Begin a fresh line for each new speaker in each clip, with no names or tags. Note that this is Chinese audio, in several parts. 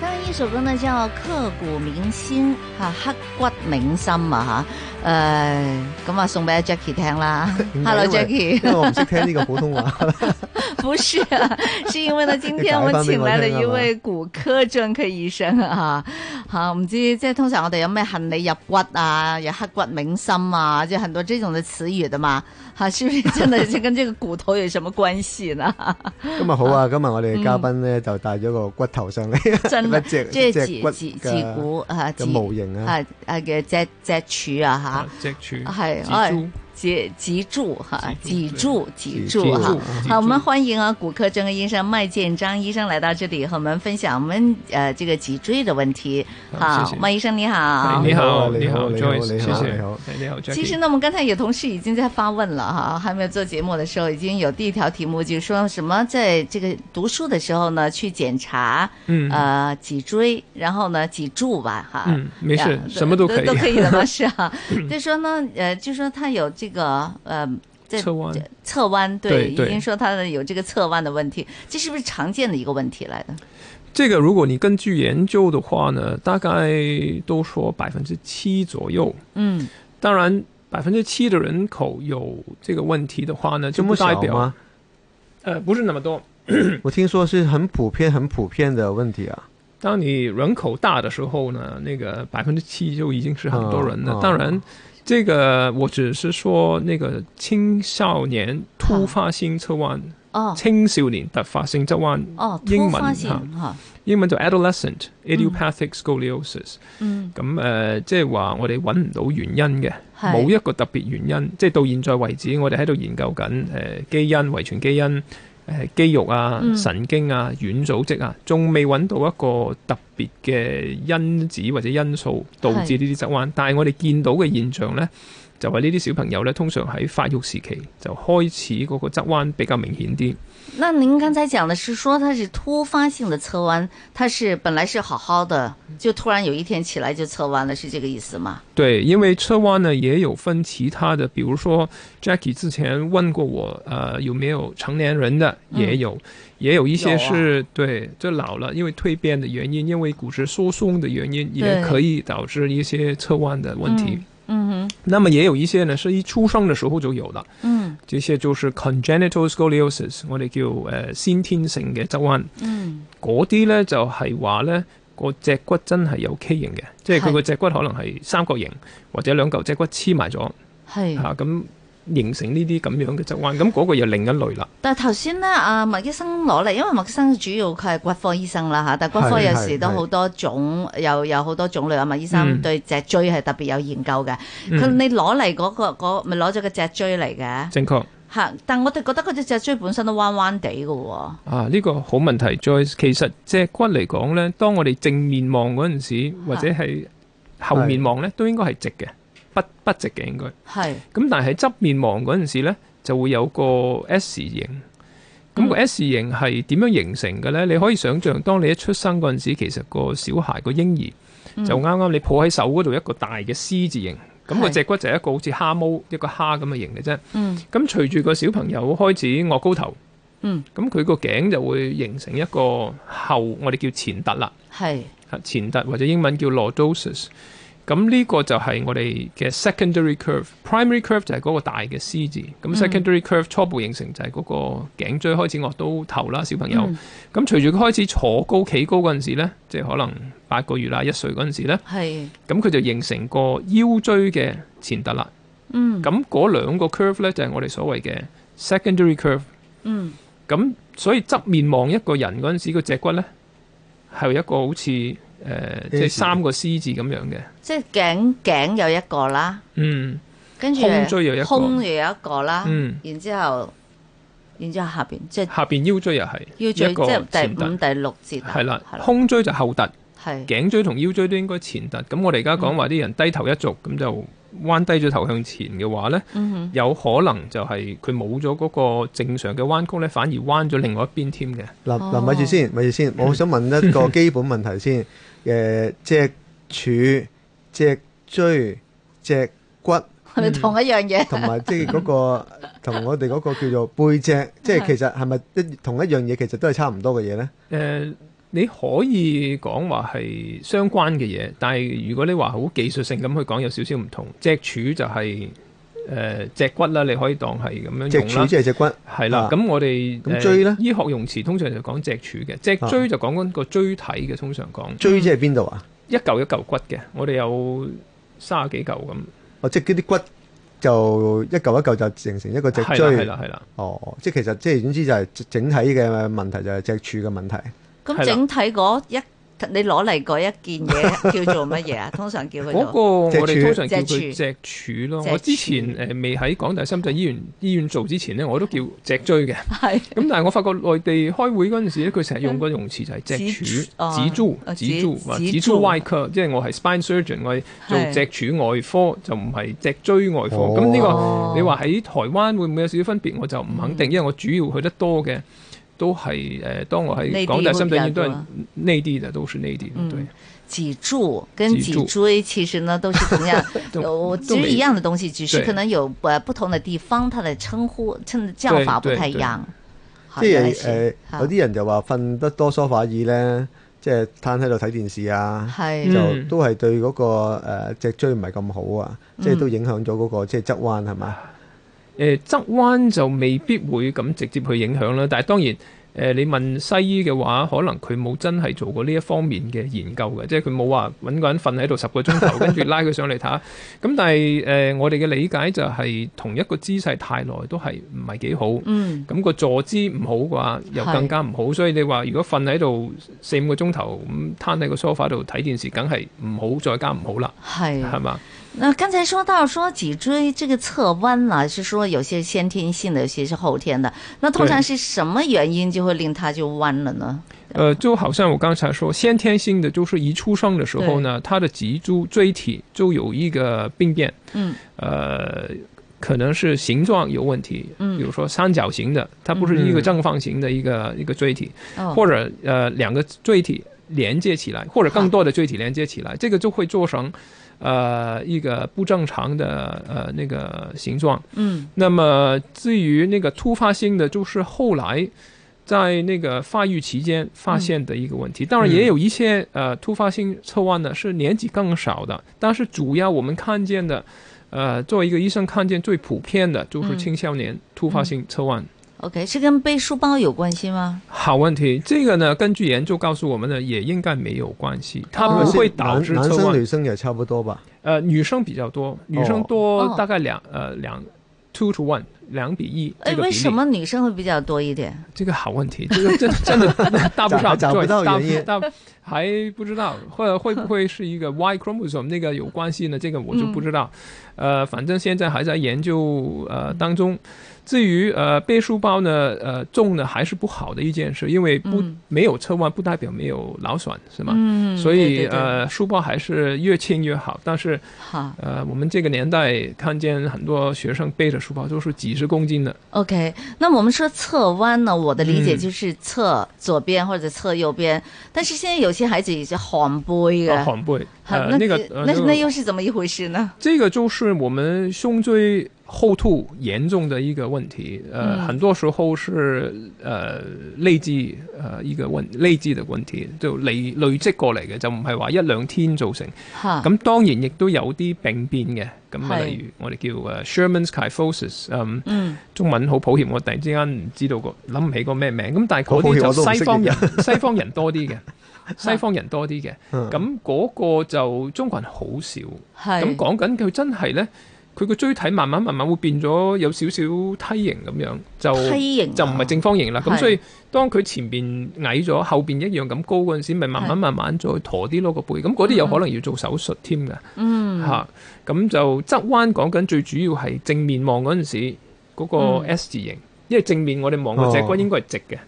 剛剛一首歌呢叫《刻骨銘心》嚇，刻骨銘心啊嚇。誒，咁啊送俾阿 Jackie 聽 啦。Hello
因為
Jackie，
我唔識聽呢個普通話，
不是啊，是因為呢，今天我們請來了一位骨科專科醫生啊嚇。唔知即係通常我哋有咩恨你入骨啊，有刻骨銘心啊，就很多這種的詞語的嘛。嚇，是不是真的是跟這個骨頭有什麼關係呢？
今日好啊！
嗯
今日我哋嘅嘉賓咧就帶咗個骨頭上嚟，
真
一隻
即係
隻骨
自自自
嘅
古啊，自
嘅模型啊，
啊啊嘅脊脊柱啊
脊柱、
吓，係
脊
哎
柱
脊脊柱哈，脊
脊
柱
柱
脊
脊
柱
柱
哈
脊。
柱
好，我们欢迎啊骨科专科医生麦建章医生来到这里，和我们分享我们呃这个脊椎的问题。
好
好
谢，谢
麦医生你好
哎。你好，
你
你
好啊
好
你好
，Joyce，
你
谢
好
谢，
你好
哎你好，Jackie。
啊其实呢，我们刚才有同事已经在发问了哈，还没有做节目的时候，已经有第一条题目就是说什么在这个读书的时候呢，去检查
嗯
呃脊椎，然后呢脊柱吧哈，
嗯，没
呀
事，什么都可以，
都可以 的嘛，是啊。就说呢，呃，就说他有这个呃。 这
侧弯
这侧弯，
对
已
对
经说他的有这个侧弯的问题，这是不是常见的一个问题来的？
这个如果你根据研究的话呢，大概都说百分之七左右。
嗯，
当然，百分之七的人口有这个问题的话呢，就
这
不
么
代
小
表
吗？
呃不是那么多。
我听说是很普遍、很普遍的問題啊。
当你人口大的时候呢，那个百分之七就已经是很多人了。
嗯嗯
当然，这个我只是说那个青少年突发性侧弯，
哦
青少年突发性侧弯，
哦，
英
突
文
发性
哈
哈，
英文就 adolescent idiopathic scoliosis。
嗯，
咁誒、呃即係話我哋揾唔到原因嘅，
係
冇一個特別原因。即係到現在為止，我哋喺度研究緊誒、呃基因、遺傳基因、誒、呃肌肉啊
嗯、
神經啊、軟組織啊，仲未揾到一個特別嘅因子或者因素導致呢啲側彎。但係我哋見到嘅現象呢，就係呢啲小朋友呢，通常喺發育時期就開始嗰個側彎比較明顯啲。
那您刚才讲的是说他是突发性的侧弯，他是本来是好好的，就突然有一天起来就侧弯了，是这个意思吗？
对，因为侧弯呢也有分其他的，比如说 Jackie 之前问过我，呃，有没有成年人的，
嗯
也有，也有一些
有啊
是、对，就老了，因为蜕变的原因，因为骨质疏松的原因，
对
也可以导致一些侧弯的问题。
嗯哼，
那么也有一些呢，是一出生的时候就有的，
嗯
这些就是 congenital scoliosis，我哋叫誒、呃先天性嘅側彎。
嗯，
嗰啲咧就係話咧個脊骨真係有畸形嘅，即係佢個脊骨可能係三角形或者兩嚿脊骨黐埋咗
系。
嚇，咁、形成呢啲咁樣嘅側彎，咁嗰個又另一類啦。
但係頭先咧，阿麥醫生攞嚟，因為麥醫生主要佢係骨科醫生啦嚇，但係骨科
係
有
係
時都
係
好多種，有有好多種類啊。麥醫生
嗯
對脊椎係特別有研究嘅，佢、
嗯，
你攞嚟嗰個嗰咪攞咗個脊椎嚟嘅
正確
嚇，但我哋覺得嗰隻脊椎本身都彎彎地嘅喎，
啊！呢、個好問題，Joyce。其實脊骨嚟講咧，當我哋正面望嗰陣時，或者係後面望咧，都應該係直嘅，不不直嘅應該。
係
咁但係側面望嗰陣時咧，就會有個 S 型。咁
嗯
個 S 型係點樣形成嘅咧？你可以想象，當你一出生嗰陣時，其實個小孩個嬰兒
嗯
就啱啱你抱喺手嗰度一個大嘅 C 字形，咁個
係
脊骨就係一個好似蝦毛一個蝦咁嘅形嘅啫。
嗯
咁隨住個小朋友開始昂高頭，
嗯
咁佢個頸就會形成一個後，我哋叫前突啦。
係
啊前突或者英文叫 lordosis。咁呢個就係我哋嘅 secondary curve，primary curve 就係嗰個大嘅 C 字，
嗯
咁 secondary curve 初步形成就係嗰個頸椎開始惡到頭啦，小朋友。咁、
嗯
隨住佢開始坐高企高嗰陣時咧，即係可能八個月啦、一歲嗰陣時咧，
係
咁佢就形成個腰椎嘅前突啦。
嗯
咁嗰兩個 curve 咧就係、我哋所謂嘅 secondary curve。
嗯
咁所以側面望一個人嗰陣時，個脊骨咧係有一個好似誒、呃即係
S
三個 C 字咁樣嘅。
即係頸頸有一個啦，
嗯，
跟住
胸椎有一個
胸又有一個啦，
嗯
然之後然之後下邊即係
下邊腰椎又係
腰椎
一
即
個
係
前
第
突
五，第六節啊
係啦
係，啦
胸椎就後突，
係。
頸椎同腰椎都應該前突。咁我哋而家講話啲人低頭一族，咁就彎低咗頭向前嘅話咧，
嗯哼
有可能就係佢冇咗嗰個正常嘅彎曲咧，反而彎咗另外一邊添嘅。
嗱嗱，
哦
咪住先，咪住先，
嗯
我想問一 個基本問題先。誒，脊柱、脊椎、脊骨
係
嗯
咪同一樣嘢？
同埋即係嗰 個同我哋嗰個叫做背脊，即係其實係咪一同一樣嘢，其實都係差唔多嘅嘢咧？
誒、呃你可以講話係相關嘅嘢，但係如果你話好技術性咁去講，有少少唔同。脊柱就係、誒、脊骨啦，你可以當係咁樣
脊
用
柱
啦。
即係脊骨，
係啦，
啊
咁啊我哋
咁
誒
椎呢
醫學用詞通常就講脊柱嘅，脊椎就講緊個椎體嘅，通常講
椎即係邊度啊？
一嚿一嚿骨嘅，我哋有三十幾嚿咁，
哦，即係嗰啲骨就一嚿一嚿就形成一個脊
係啦係
椎。
啦係啦，
哦，即係其實即係總之就係整體嘅問題就係脊柱嘅問題。
咁
係啦
整體嗰一你攞嚟嗰一件 嘢叫做乜嘢啊？通常叫佢
嗰個
做
我
脊
哋
柱
通常叫
脊
佢脊柱咯。
脊
我之
柱
前誒未喺港大深圳醫院醫院做之前咧，我都叫脊椎嘅。
係
咁但係我發覺內地開會嗰陣時咧，佢成日用個用詞就係脊柱、
脊柱哦哦、
脊柱脊柱
脊
或
脊
脊柱
柱
外科，即係我係 spine surgeon，我係做
係
脊柱外科，就唔係脊椎外科。咁呢個
哦
你話喺台灣會唔會有少少分別？我就唔肯
嗯
定，因為我主要去得多嘅都係誒，當我喺
內地
港大深圳醫院都
會比
係
較啊
內地的，都是內地的，
嗯
對。
脊柱跟
脊
脊
柱
椎其實呢都是同樣，
都
有
都
其實
沒
一樣的東西，只是
對
可能有呃不同的地方，它的稱呼、稱的叫法不
對對
太一樣。好
即
原來
係
是
誒，
嚇
有啲人就話瞓得多梳化椅咧，即係攤喺度睇電視啊，
係
嗯
就都係對嗰個呃脊椎唔係咁好啊，
嗯
即係都影響咗嗰個即係側彎係嘛？
誒側彎就未必會咁直接去影響啦，但係當然誒、呃你問西醫嘅話，可能佢冇真係做過呢一方面嘅研究嘅，即係佢冇話揾個人瞓喺度十個鐘頭，跟住拉佢上嚟睇下。咁但係誒、我哋嘅理解就係同一個姿勢太耐都係唔係幾好。
嗯
咁個坐姿唔好嘅話，又
係
更加唔好。所以你話如果瞓喺度四五個鐘頭咁攤喺個 sofa 度睇電視，梗係唔好再加唔好啦，
係。
係嘛？
那刚才说到说脊椎这个侧弯啦、是说有些先天性的，有些是后天的。那通常是什么原因就会令它就弯了呢？
呃，就好像我刚才说，先天性的就是一出生的时候呢，他的脊柱椎体就有一个病变，
嗯
呃，可能是形状有问题，
嗯
比如说三角形的，它不是一个
嗯
正方形的一个、一个椎体，
哦，
或者呃两个椎体连接起来，或者更多的椎体连接起来，这个就会做成呃一个不正常的呃那个形状。
嗯
那么至于那个突发性的，就是后来在那个发育期间发现的一个问题。当然也有一些呃突发性侧弯呢是年纪更少的，但是主要我们看见的，呃，作为一个医生看见最普遍的就是
嗯
青少年突发性侧弯。
，OK，是跟背书包有关系吗？
好问题，这个呢，根据研究告诉我们呢，也应该没有关系，它
哦
不会导致
男男
侧
生
弯。
女生又差不多吧？
呃，女生比较多，女生
哦
多大概两呃两 two to one 两比一
哎，
这个比
为
例。
什么女生会比较多一点？
这个好问题，这个真 真的搭不上，
找找不到
对
原因
搭不搭还不知道，或会不会是一个 Y chromosome 那个有关系呢？这个我就不知道。
嗯
呃，反正现在还在研究呃当中。至于呃背书包呢，呃重呢还是不好的一件事，因为不、
嗯
没有侧弯不代表没有劳损，是吗？
嗯，
所
对
以
对对
呃，书包还是越轻越好。但是
好
呃，我们这个年代看见很多学生背着书包都是几十公斤的，
，OK。那我们说侧弯呢，我的理解
嗯
就是侧左边或者侧右边，但是现在有些孩子也是寒背
呃，
的，
很不会。
好
呃，
那
那个呃
那
那个
那又是怎么一回事呢？
这个就是我们胸椎后凸严重的一个问题，呃，
嗯
很多时候是呃累積呃一個問累積嘅問題，就累累積過嚟嘅，就唔係話一兩天造成。
哈，
咁當然亦都有啲病變嘅，咁啊
係
例如我哋叫誒呃 Sherman's kyphosis，嗯，
嗯
中文好抱歉，我突然之間唔知道個諗唔起個咩名，咁但係
好
嗰
抱
啲
歉我都唔
就
識
西方 人西方人多啲嘅，西方人多啲嘅，
嗯
咁嗰個就中國人好少。
係
咁講緊佢真係咧，佢個椎體慢慢慢慢會變咗有少少梯形咁樣，就
梯形啊
就唔係正方形啦。咁
係
所以當佢前邊矮咗，後邊一樣咁高嗰陣時，咪慢
係
慢慢慢再陀啲咯個背。咁嗰啲有可能要做手術添㗎
嗯
嚇。咁就側彎講緊最主要係正面望嗰陣時嗰個
嗯
S 字形，因為正面我哋望個脊骨
哦
應該係直嘅，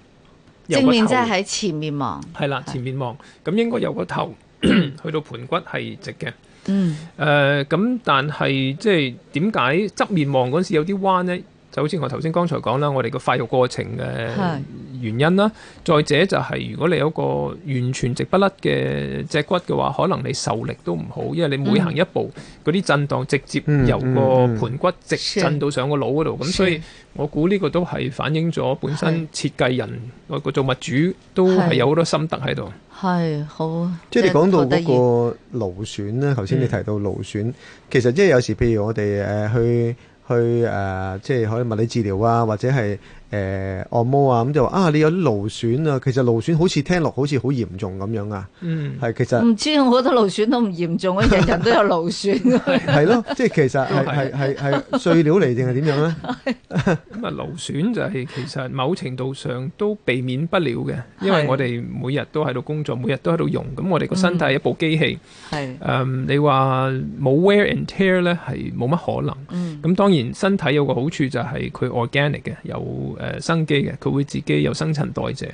有
正
個
面
頭
即係喺前面望，
係啦，前面望咁應該有個頭去到盤骨係直嘅。
嗯
誒呃咁，但係即係點解側面望嗰陣時有啲彎呢？就好似我頭先剛才講啦，我哋個發育過程嘅
係
原因啦。再者就係如果你有個完全直不甩嘅脊骨嘅話，可能你受力都唔好，因為你每行一步嗰啲震盪直接
嗯
由個
嗯嗯
盤骨直震到上個腦嗰度，咁
是
所以我估呢個都係反映咗本身設計人個個造物主都
係
係有好多心得喺度。
係好，
即係你講到嗰
個
個勞損咧，頭先你
嗯
提到勞損，其實即係有時譬如我哋誒、呃去去誒、呃即係可能物理治療啊，或者係誒、呃按摩啊，咁就話啊，你有啲勞損啊，其實勞損好似聽落好似好嚴重咁樣啊，
嗯，
係其實
唔知我覺得勞損都唔嚴重 啊，人人都有勞損。
係咯， 即係其實係
都
係
係
係係碎料嚟定係點樣咧？
咁啊，勞損就係其實某程度上都避免不了嘅，因為
係
我哋每日都喺度工作，每日都喺度用，咁我哋個身體係一部機器，誒、
係，
你話冇 wear and tear 咧係冇乜可能。
嗯，
咁當然身體有個好處就係佢 organic 嘅，有誒、呃生機嘅，佢會自己有新陳代謝。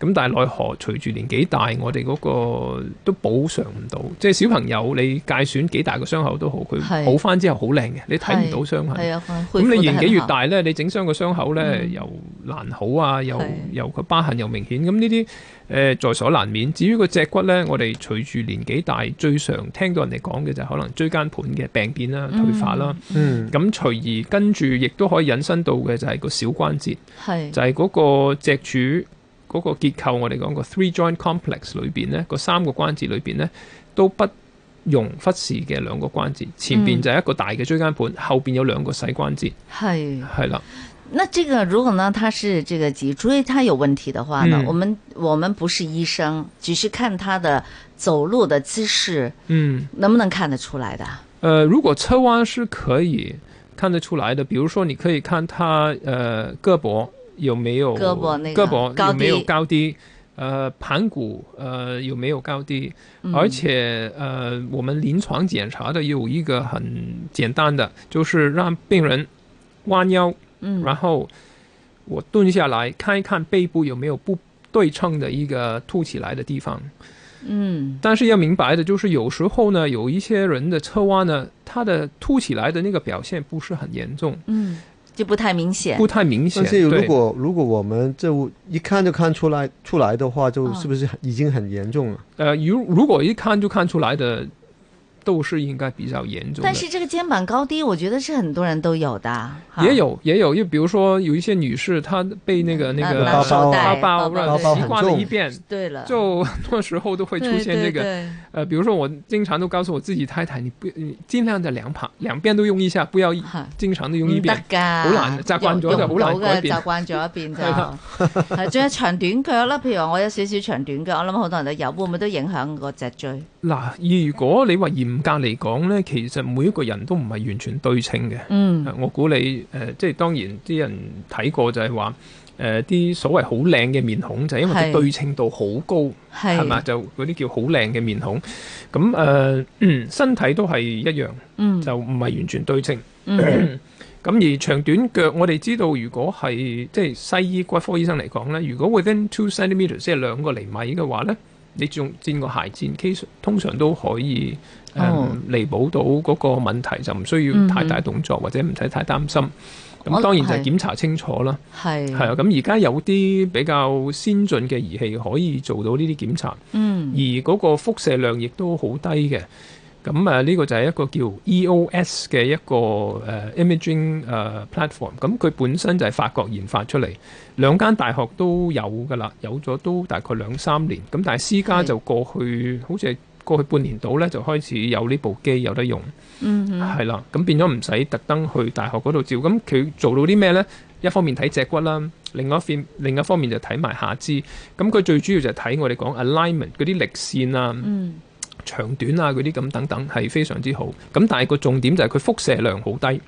咁但係奈何隨住年紀大，我哋嗰個都補償唔到。即係小朋友你界損幾大個傷口都好，佢
係
好翻之後好靚嘅，你睇唔到傷痕。
係啊，恢復
咁
得
你年紀
很
越
好，
大咧，你整傷個傷口咧
嗯
又難好啊，又
係
又個疤痕又明顯，咁呢啲誒在所難免。至於個脊骨咧，我哋隨住年紀大，最常聽到人哋講嘅就係可能椎間盤嘅病變啦、退化啦，
嗯，
咁隨而跟住亦都可以引申到嘅就係個小關節，
係
就係嗰個脊柱嗰個結構，我哋講個 three joint complex 裏邊咧，個三個關節裏邊咧都不容忽視嘅兩個關節，前邊
嗯
就係一個大嘅椎間盤，後邊有兩個細關節。
係。
係啦，
那这个如果呢，他是这个脊椎他有问题的话呢，
嗯
我们我们不是医生，只是看他的走路的姿势，
嗯，
能不能看得出来的？
呃，如果侧弯是可以看得出来的，比如说你可以看他呃胳膊有没有
胳膊那个
胳膊
高
有没有
低
高低，呃盘骨呃有没有高低，
嗯
而且呃我们临床检查的有一个很简单的，就是让病人弯腰，
嗯
然后我蹲下来看一看背部有没有不对称的一个凸起来的地方。
嗯
但是要明白的就是，有时候呢，有一些人的侧弯呢，它的凸起来的那个表现不是很严重，
嗯，就不太明显
不。太明显。
但是如
对，
果如果我们就一看就看出来出来的話，就
嗯
是不是已經很嚴重了？
呃，如如果一看就看出来的，都是应该比较严重的
但。是这个肩膀高低，我觉得是很多人都有的，哈
啊
也有也有，就比如说有一些女士，她被那个那个
拿拿手
袋
包啊
包啊包
习惯了一遍，
对了，
就那时候都会出现这
对对
个。
对
呃，比如说我经常都告诉我自己太太，你不你尽量在两旁两边都用一下，不要一
哈
经常都
唔
用一
得
遍。
㗎，
好難習
用
慣咗就好難
用唔到
改
嘅
變
習慣咗一邊
係啦
就 係，仲有長短腳啦。譬如我有少少長短腳，我諗好多人都有，會唔會都影響個脊椎？
嗱，如果你話嚴格嚟講呢，其實每一個人都唔係完全對稱嘅。
嗯
我估你誒、呃即係當然啲人睇過就係話誒啲所謂好靚嘅面孔，就係因為
係
佢對稱度好高，
係
係嘛？就嗰啲叫好靚嘅面孔。咁誒、呃嗯身體都係一樣，
嗯
就啊唔係完全對稱。
嗯
咁而長短腳，我哋知道如果係即係西醫骨科醫生嚟講咧，如果 within two centimeters 即係兩個厘米嘅話咧，你仲墊個鞋墊，其實通常都可以誒、嗯
哦
彌補到嗰個問題，就唔需要太大動作、或者唔使太擔心。
我
咁當然就
係
係檢查清楚啦，
係
係啊。咁而家有啲比較先進嘅儀器可以做到呢啲檢查，
嗯
而嗰個輻射量亦都好低嘅。咁啊，呢個就係一個叫 EOS 嘅一個誒、呃 imaging 誒、呃 platform。咁佢本身就係法國研發出嚟，兩間大學都有㗎啦，有咗都大概兩三年。咁但係私家
係
就過去好似係過去半年度咧，就開始有呢部機有得用，
嗯哼
係啦、咁變咗唔使特登去大學嗰度照。咁佢做到啲咩咧？一方面睇脊骨啦，另外一邊另一方面就睇埋下肢。咁佢最主要就係睇我哋講 alignment 嗰啲力線啊。
嗯
長短啊嗰啲咁等等係非常之好。咁但係個重點就係佢輻射量好低。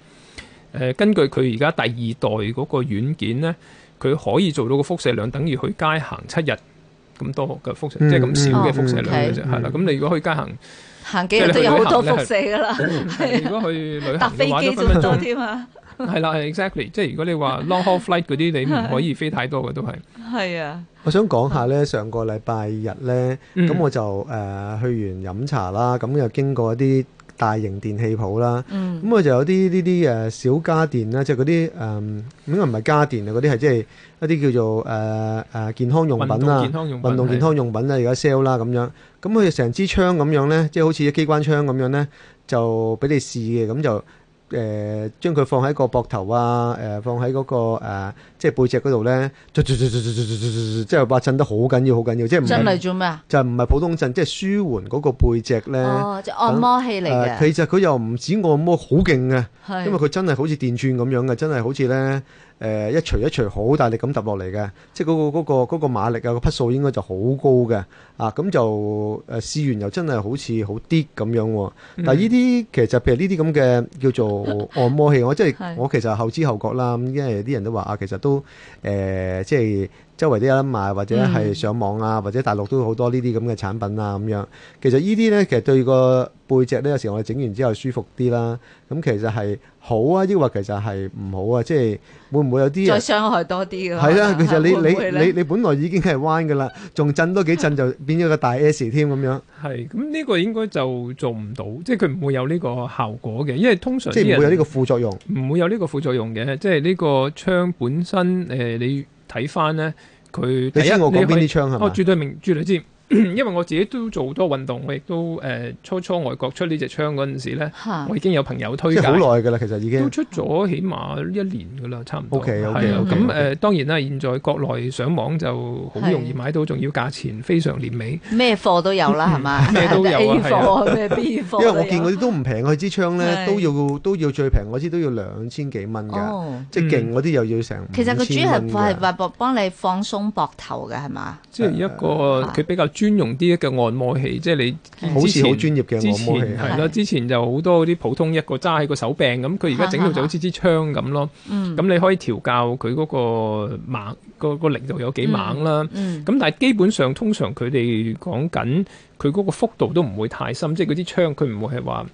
誒、根據佢而家第二代嗰個軟件呢，佢可以做到個輻射量等於去街行七日咁多嘅輻射，
嗯
即係咁少
嗯
嘅輻射量嘅啫。
嗯
係啦、咁你如果去街 行，
行幾日都有好多輻射㗎啦，
如果去旅
搭
行
飛
嘅話，都
機
分
仲
分
多
鐘
添啊，
係啦係，exactly。即係如果你話 long haul flight 嗰啲，你唔可以飛太多嘅都係。
係啊，
我想講下咧，上個禮拜日咧。
嗯
咁我就誒、呃去完飲茶啦，咁又經過一啲大型電器鋪啦。
嗯
咁佢就有啲呢啲誒呃小家電啦，即係嗰啲誒嗯應該唔係家電啊，嗰啲係即係一啲叫做誒誒、呃健康用
運
品
動
啦
健、康用品，
運動健
係
康用品啦，啊而家 sell 啦咁樣。咁佢就成支槍咁樣咧，即係好似機關槍咁樣咧，就俾你試嘅，咁就。誒、將佢放喺個膊頭啊，誒、放喺嗰、個、呃、即係背脊嗰度咧，即係話震得好緊要，好緊要，即係唔
真
係
嚟做咩啊？
就唔係普通震，即係舒緩嗰個背脊咧。
哦，即係按摩器嚟
誒
嘅，
其實佢又唔止按摩好勁嘅，
係
因為佢真係好似電鑽咁樣嘅，真係好似咧誒一錘一錘好大力咁揼落嚟嘅，即係嗰、個嗰、個嗰、個馬力啊、個匹數應該就好高嘅啊，咁就誒試完又真係好似好啲咁樣喎。但係呢啲其實譬如呢啲咁嘅叫 做按摩器，我即係
係
我其實後知後覺啦，咁因為啲人都話啊，其實都誒、即係周圍都有得賣，或者係
嗯
上網啊，或者大陸都好多呢啲咁嘅產品啊咁樣。其實呢啲呢，其實對個背脊呢，有時我哋整完之後舒服啲啦。咁其實係好啊，抑或其實係唔好啊？即係會唔會有啲
再
人？
傷害多啲嘅。
係啦，啊其實
會唔會
你
咧
你你你本來已經係彎噶啦，仲震多幾震就變咗個大 S 添咁樣，
係咁呢個應該就做唔到，即係佢唔會有呢個效果嘅，因為通常
即
啲
係唔
人
會有呢個副作用。
唔會有呢個副作用嘅，即係呢個槍本身誒、呃你睇翻咧，佢第
你
一
知我講
你
邊
可以
啲槍係
哦，
嘛？
絕對明，絕對知， 因為我自己都做好多運動，我亦都誒、呃初初外國出呢隻槍嗰陣時咧，
嚇
我已經有朋友
啊
推
即
介
係。好耐噶啦，其實已經
都。出咗起碼一年噶啦，差唔多。
OK，OK，
係啊
OK，
咁
OK
誒當然啦，現在國內上網就好容易
係
買到，仲要價錢非常廉美。
咩貨都有啦，係嘛？
咩都有 啊
A
係啊
貨咩 B 貨
因
都
為
有，
我見嗰啲都唔平，佢支槍咧
係
都要都要最平嗰支都要兩千幾蚊㗎，
哦。
即係勁嗰啲又要成
其實個主要係係
係
話幫幫你放鬆膊頭嘅係嘛？
即係一個
啊
佢比較專用啲嘅按摩器，即係你
係
好
之
似
前
好專業嘅
之
按摩器
前
係。
係啦，
係
之前就好多啲普通一個揸喺個手柄咁，佢而家整到就好似支槍咁咯。
嗯
咁你可以調教佢嗰個猛個個力度有幾猛啦。
嗯
咁但係基本上通常佢哋講緊佢嗰個幅度都唔會太深，即係嗰啲槍佢唔會係話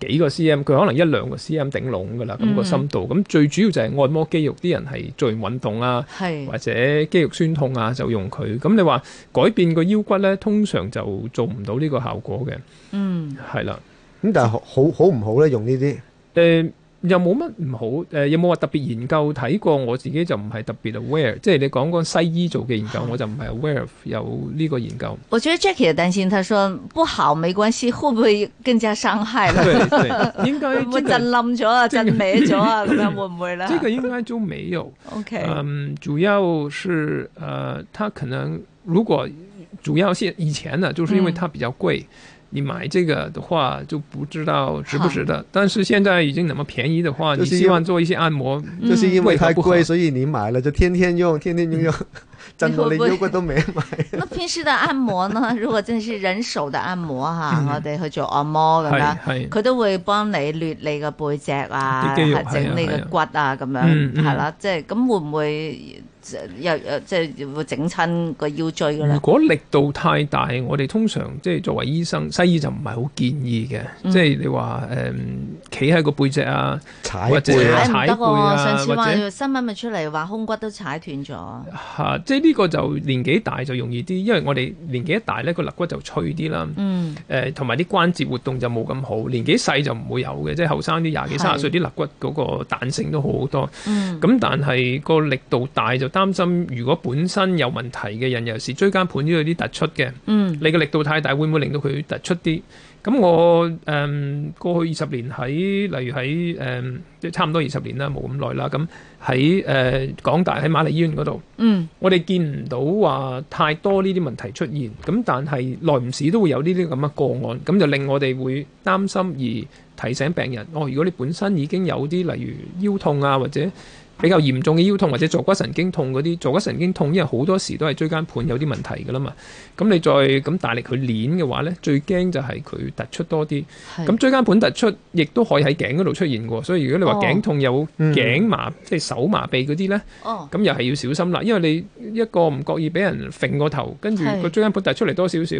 幾個 cm，佢可能一兩個 cm 頂籠㗎啦，咁、個
嗯
深度。咁最主要就係按摩肌肉，啲人係做完運動啊。
係
或者肌肉酸痛啊，就用佢。咁你話改變個腰骨咧，通常就做唔到呢個效果嘅，
嗯
係啦。
咁但係好好好唔好咧？用呢啲
誒、又冇乜唔好，誒、有冇話特別研究睇過？我自己就唔係特別 aware，即係你講講西醫做嘅研究，我就唔係 aware of 有呢個研究。
我覺得 Jackie 也擔心，他說不好沒關係，會不會更加傷害 了？
對 對，應
會
該
唔會
這
震
個
冧咗啊？震歪咗啊？哎咁樣會唔會咧
這個應該就沒有。
？OK，
嗯，主要是呃，它可能如果主要是以前呢，就是因为
嗯
它比较贵，你买这个的话就不知道值不值得。但是现在已经那么便宜的话，
就
你
是
希
因
望做一些按摩，
嗯
就是因為太
胃口不
貴，
好
所以你買啦，就天天用，天 天用 用，震到你腰骨都歪埋。
那平時嘅按摩呢？ 如果真係人手嘅按摩吓，我哋去做按摩咁樣，
系系
佢都會幫你捋你嘅背脊啊，
啲肌肉
係整你
係啊係
嘅
啊
骨啊咁
嗯
樣，
嗯
係啦，即係咁會唔會即又又即係會整親個腰椎嘅
如
咧？
果力度太大，我哋通常即係作為醫生，西醫就唔係好建議嘅。
嗯
即係你話誒，企喺個背脊啊，
踩
或者
背啊
踩唔得
踩背
喎，
啊
上次話
或啊
新聞咪出嚟話胸骨都踩斷咗。
嚇、即係呢個就年紀大就容易啲，因為我哋年紀一大咧，個肋骨就脆啲啦。
嗯，
誒同埋啲關節活動就冇咁好，年紀細就唔會有嘅，即係後生啲廿幾三十歲啲肋骨嗰個彈性都好好多。
嗯，
咁但係個力度大就擔心，如果本身有問題嘅人，尤其是椎間盤呢度有啲突出嘅，
嗯，
你嘅力度太大，會唔會令到佢突出啲？咁我誒、過去二十年喺，例如喺誒、即係差唔多二十年啦，冇咁耐啦。咁喺誒港大喺瑪麗醫院嗰度。
嗯，
我哋見唔到話太多呢啲問題出現，咁但係耐唔時都會有呢啲咁嘅個案，咁就令我哋會擔心而提醒病人，哦，如果你本身已經有啲例如腰痛啊，或者比較嚴重嘅腰痛，或者坐骨神經痛嗰啲，坐骨神經痛因為好多時都係椎間盤有啲問題㗎啦嘛，咁你再咁大力去攣嘅話呢，最驚就係佢突出多啲。
係
咁椎間盤突出，亦都可以喺頸嗰度出現嘅喎，所以如果你話
哦
頸痛有
嗯
頸麻，即係手麻痹嗰啲呢。
哦，
咁又係要小心啦，因為你一個唔覺意俾人揈個頭，跟住
係
個椎間盤突出嚟多少少，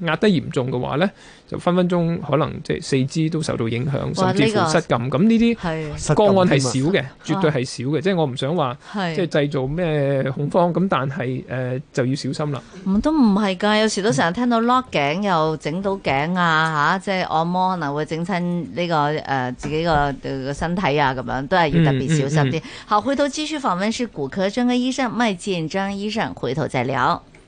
壓得嚴重嘅話咧，就分分鐘可能即係四肢都受到影響，
哇
甚至
呢個
乎失禁。咁呢啲
係
失禁
個案係
添啊
少嘅，絕對係少嘅。即係我唔想話即
係，
係製造咩恐慌，咁但係誒、呃就要小心啦。
唔都唔係㗎，有時都成日聽到 lock 頸又整到頸啊嚇，即係按摩可能會整親呢個誒、呃自己個呃個身體啊咁樣，都係要特別小心啲。好，回頭繼續訪問是骨科專科醫生麥建章醫生，回頭再聊。